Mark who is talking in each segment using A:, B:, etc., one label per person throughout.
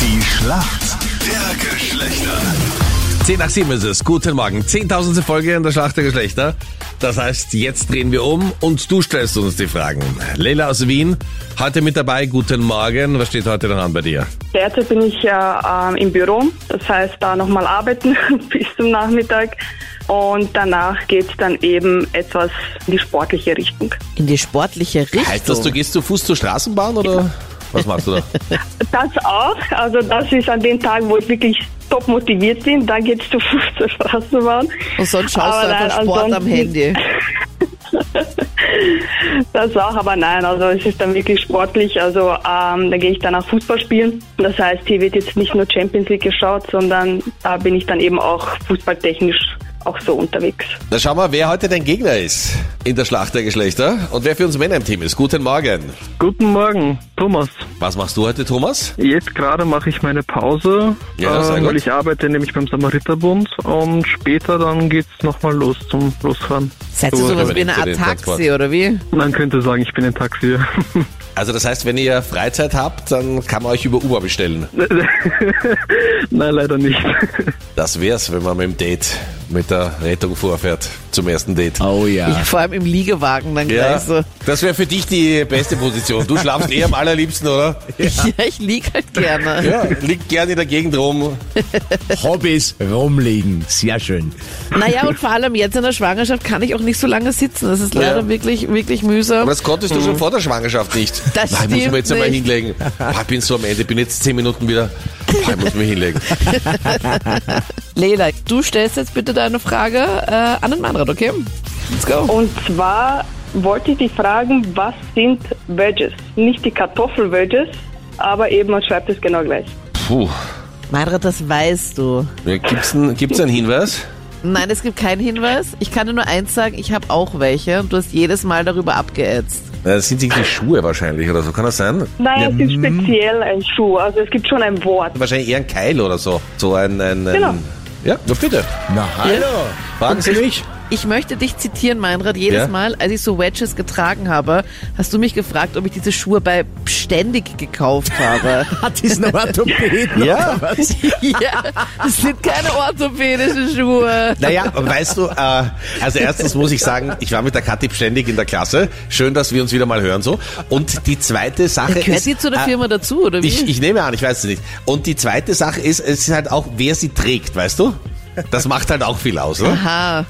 A: Die Schlacht der Geschlechter.
B: 10 nach 7 ist es. Guten Morgen. 10.000. Folge in der Schlacht der Geschlechter. Das heißt, jetzt drehen wir um und du stellst uns die Fragen. Leila aus Wien, heute mit dabei. Guten Morgen. Was steht heute noch an bei dir?
C: Derzeit bin ich ja ähm, im Büro, das heißt da nochmal arbeiten bis zum Nachmittag und danach geht's dann eben etwas in die sportliche Richtung.
D: In die sportliche Richtung.
B: Heißt das, du gehst zu Fuß zur Straßenbahn oder was machst du da?
C: Das auch, also das ist an den Tagen, wo ich wirklich top motiviert bin, dann geht's zu Fuß zur Straßenbahn.
D: Und sonst schaust
C: Aber
D: du einfach
C: nein,
D: Sport am
C: ansonsten-
D: Handy.
C: Das auch, aber nein, also es ist dann wirklich sportlich, also ähm, da gehe ich danach Fußball spielen. Das heißt, hier wird jetzt nicht nur Champions League geschaut, sondern da bin ich dann eben auch fußballtechnisch auch so unterwegs.
B: Dann schauen wir, wer heute dein Gegner ist in der Schlacht der Geschlechter und wer für uns Männer im Team ist. Guten Morgen.
E: Guten Morgen, Thomas.
B: Was machst du heute, Thomas?
E: Jetzt gerade mache ich meine Pause,
B: Ja, sehr
E: äh,
B: gut.
E: weil ich arbeite nämlich beim Samariterbund und später dann geht's nochmal los zum Losfahren.
D: Seid ihr
E: So,
D: sowas
B: aber
D: wie eine
B: nicht
D: Art
B: für den
D: Taxi
B: Transport.
D: oder wie?
E: Man könnte sagen, ich bin ein Taxi.
B: Also das heißt, wenn ihr Freizeit habt, dann kann man euch über Uber bestellen.
E: Nein, leider nicht.
B: Das wär's, wenn man mit dem Date, mit der Rettung vorfährt zum ersten Date.
F: Oh ja.
D: Vor allem im Liegewagen dann
B: Ja,
D: gleich so.
B: das wäre für dich die beste Position. Du schlafst eh am allerliebsten, oder?
D: Ja, ich lieg halt gerne.
B: Ja, liegt gerne in der Gegend rum.
F: Hobbys rumliegen. Sehr schön.
D: Naja, und vor allem jetzt in der Schwangerschaft kann ich auch nicht so lange sitzen. Das ist leider
B: Ja.
D: wirklich, wirklich mühsam.
B: Aber das konntest du schon vor der Schwangerschaft nicht.
D: Mhm. Das
B: Nein, muss ich
D: stimmt
B: mir jetzt einmal
D: nicht.
B: hinlegen. Boah, ich bin so am Ende, bin jetzt zehn Minuten wieder. Boah, ich muss mich hinlegen.
D: Leila, du stellst jetzt bitte deine Frage äh, an den Mannrad, okay? Let's go.
C: Und zwar wollte ich dich fragen, was sind Wedges? Nicht die Kartoffel-Wedges, aber eben, man schreibt es genau gleich.
B: Puh,
D: Mannrad, das weißt du.
B: gibt's einen, gibt's einen Hinweis?
D: Nein, es gibt keinen Hinweis. Ich kann dir nur eins sagen, ich habe auch welche und du hast jedes Mal darüber abgeätzt.
B: Na, Das Äh, sind irgendwie Schuhe wahrscheinlich oder so, kann das sein?
C: Nein, es ist speziell ein Schuh, also es gibt schon ein Wort.
B: Wahrscheinlich eher ein Keil oder so. So ein... ein, ein
C: Genau.
B: Ja, na bitte.
F: Na hallo.
B: Fragen Sie mich.
D: Ich möchte dich zitieren, Meinrad. Jedes
B: Ja?
D: Mal, als ich so Wedges getragen habe, hast du mich gefragt, ob ich diese Schuhe bei Ständig gekauft habe.
F: Hat diesen Orthopäden
B: Ja.
F: oder was?
D: ja, das sind keine orthopädischen Schuhe.
B: Naja, aber weißt du, äh, also erstens muss ich sagen, ich war mit der Kathi ständig in der Klasse. Schön, dass wir uns wieder mal hören so. Und die zweite Sache
D: Gehört
B: ist...
D: die zu der
B: äh,
D: Firma dazu, oder wie?
B: Ich, ich nehme an, ich weiß es nicht. Und die zweite Sache ist, es ist halt auch, wer sie trägt, weißt du? Das macht halt auch viel aus, oder?
D: Aha.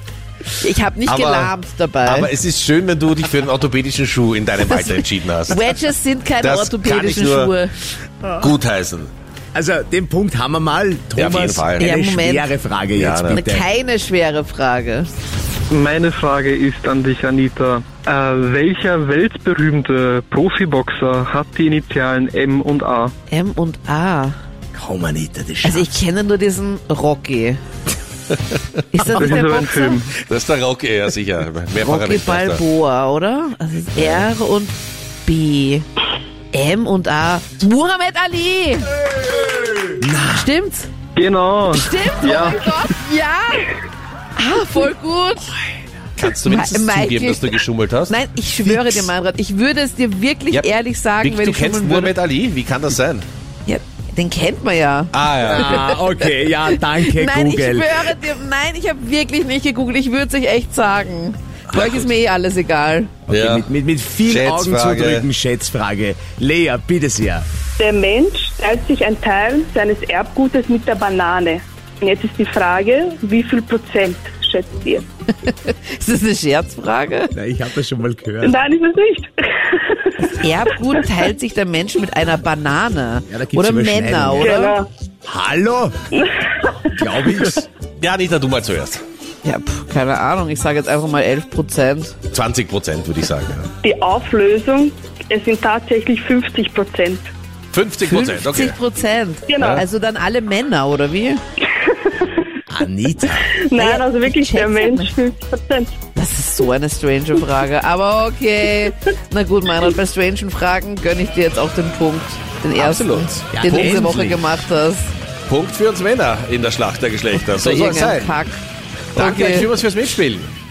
D: Ich habe nicht
B: Aber-
D: gelahmt dabei.
B: Aber es ist schön, wenn du dich für einen orthopädischen Schuh in deinem Alter entschieden hast.
D: Wedges sind keine
B: Das kann ich
D: orthopädischen
B: nur-
D: Schuhe.
B: Gutheißen.
F: Also, den Punkt haben wir mal. Thomas,
B: Ja, auf jeden Fall.
F: eine
D: Ja, Moment.
F: schwere Frage jetzt
B: Ja, ne.
F: bitte.
D: Keine schwere Frage.
E: Meine Frage ist an dich, Anita. Äh, welcher weltberühmte Profiboxer hat die Initialen M und A?
D: M und A.
F: Komm, Anita, das
D: Also ich kenne nur diesen Rocky. Ist das nicht
E: Das ist
D: der
E: aber ein
D: Boxer?
E: Film.
B: Das ist der Rocky, ja sicher. Mehrfacher
D: Rocky
B: Weltmeister.
D: Balboa, oder? Also es ist R und B. M und A. Muhammad Ali! Stimmt's?
E: Genau.
D: Stimmt's? Oh
E: Ja.
D: mein Gott, ja! Ah, voll gut!
B: Kannst du wenigstens
D: Ma- Michael-
B: zugeben, dass du geschummelt hast?
D: Nein, ich schwöre dir, Meinrad, ich würde es dir wirklich
B: Ja.
D: ehrlich sagen,
B: Vic,
D: wenn
B: du
D: ich
B: kennst
D: schummeln würde.
B: Muhammad Ali? Wie kann das sein?
D: Ja, den kennt man ja.
B: Ah ja.
F: Ah, okay, ja, danke, Google.
D: nein, ich schwöre dir, nein, ich habe wirklich nicht gegoogelt. Ich würde es euch echt sagen. Bei euch ist mir eh alles egal.
F: okay,
B: Ja.
F: mit, mit, mit viel Augen
B: Schätzfrage.
F: zudrücken, Schätzfrage. Lea, bitte sehr.
C: Der Mensch teilt sich einen Teil seines Erbgutes mit der Banane. Und jetzt ist die Frage, wie viel Prozent schätzt ihr?
D: Ist das eine Scherzfrage?
F: Na, ich habe das schon mal gehört.
C: Nein, ist es nicht.
D: Erbgut teilt sich der Mensch mit einer Banane.
F: Ja, da gibt's
D: oder Männer,
F: Überschneidungen.
D: oder?
C: Genau.
F: Hallo? Glaub ich's.
B: Ja, Anita, du mal zuerst.
D: Ja, pff, keine Ahnung. Ich sage jetzt einfach mal 11 Prozent.
B: 20 Prozent, würde ich sagen.
C: Die Auflösung, es sind tatsächlich 50 Prozent.
B: 50 Prozent, okay.
D: 50 Prozent.
C: Genau.
D: Also dann alle Männer, oder wie?
F: Anita.
C: Nein,
D: Ja,
C: also wirklich
D: ich
C: der
D: schätze
C: Mensch
D: nicht.
C: 50 Prozent.
D: Das ist so eine strange Frage. Aber okay. Na gut, Meinrad, bei strangen Fragen gönne ich dir jetzt auch den Punkt. Den ersten,
B: Absolut.
F: Ja,
D: den du diese
F: endlich.
D: Woche gemacht hast.
B: Punkt für uns Männer in der Schlacht der Geschlechter. So
D: Bei
B: soll es
D: irgendeinem
B: sein.
D: Kack.
B: Danke
D: Okay.
B: euch vielmals fürs Mitspielen.